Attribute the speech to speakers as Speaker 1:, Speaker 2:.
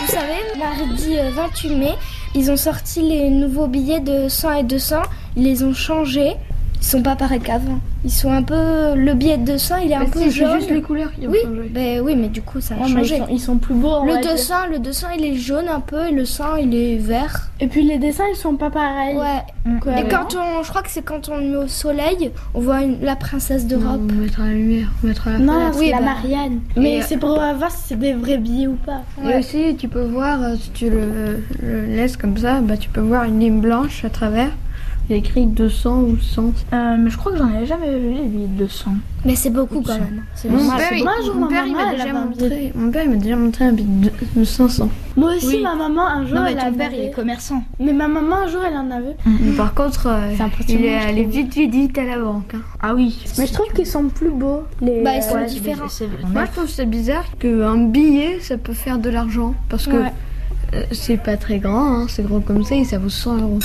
Speaker 1: Vous savez, mardi euh, 28 mai, ils ont sorti les nouveaux billets de 100 et 200. Ils les ont changés. Ils sont pas pareils qu'avant. Ils sont un peu. Le billet de 200, il est un
Speaker 2: Bah,
Speaker 1: peu
Speaker 2: si,
Speaker 1: jaune.
Speaker 2: C'est juste les couleurs qui ont
Speaker 1: Oui,
Speaker 2: changé.
Speaker 1: ben oui, mais du coup, ça a
Speaker 3: Ouais, mais ils,
Speaker 1: changé.
Speaker 3: sont, ils sont plus beaux en
Speaker 1: Le
Speaker 3: vrai.
Speaker 1: 200, le 200, il est jaune un peu et le 100, il est vert.
Speaker 3: Et puis les dessins, ils sont pas pareils.
Speaker 1: Ouais.
Speaker 3: Donc, euh,
Speaker 1: Et quand on, je crois que c'est quand on le met au soleil, on voit une- la princesse
Speaker 2: Non,
Speaker 1: d'Europe.
Speaker 2: on mettra la lumière, on mettra la
Speaker 3: Non,
Speaker 2: fenêtre.
Speaker 3: c'est la
Speaker 1: bah.
Speaker 3: Marianne. Mais
Speaker 2: Et,
Speaker 3: c'est pour euh, voir si c'est des vrais billets ou pas.
Speaker 2: Et aussi, tu peux voir, euh, si tu le, le laisses comme ça, bah, tu peux voir une ligne blanche à travers. Il y a écrit 200 ou 100.
Speaker 4: Euh, mais je crois que j'en ai jamais vu les billets de 100.
Speaker 1: Mais c'est beaucoup quand même. C'est
Speaker 2: Mon
Speaker 1: normal.
Speaker 2: père,
Speaker 3: c'est
Speaker 2: il-
Speaker 3: moi, jour,
Speaker 2: mon
Speaker 3: ma
Speaker 2: père, il
Speaker 3: maman,
Speaker 2: m'a
Speaker 3: elle
Speaker 2: déjà
Speaker 3: avait un
Speaker 2: montré. Mon père, il m'a déjà montré un billet de- de 500.
Speaker 3: Moi aussi,
Speaker 4: Oui.
Speaker 3: ma maman, un jour,
Speaker 4: non, mais
Speaker 3: elle
Speaker 4: ton
Speaker 3: en
Speaker 4: père,
Speaker 3: avait.
Speaker 4: il est commerçant.
Speaker 3: Mais ma maman, un jour, elle en avait.
Speaker 2: Mais Par contre, euh,
Speaker 3: C'est impressionnant,
Speaker 2: il est
Speaker 3: je
Speaker 2: allé
Speaker 3: trouve.
Speaker 2: vite, vite, vite à la banque. hein.
Speaker 4: Ah oui.
Speaker 3: Mais je trouve qu'ils sont plus beaux. Les...
Speaker 1: Bah, ils sont
Speaker 3: ouais.
Speaker 1: différents.
Speaker 2: Moi, je trouve que c'est bizarre qu'un billet, ça peut faire de l'argent. Parce que
Speaker 1: Ouais.
Speaker 2: euh, c'est pas très grand, hein, c'est gros comme ça et ça vaut 100 euros.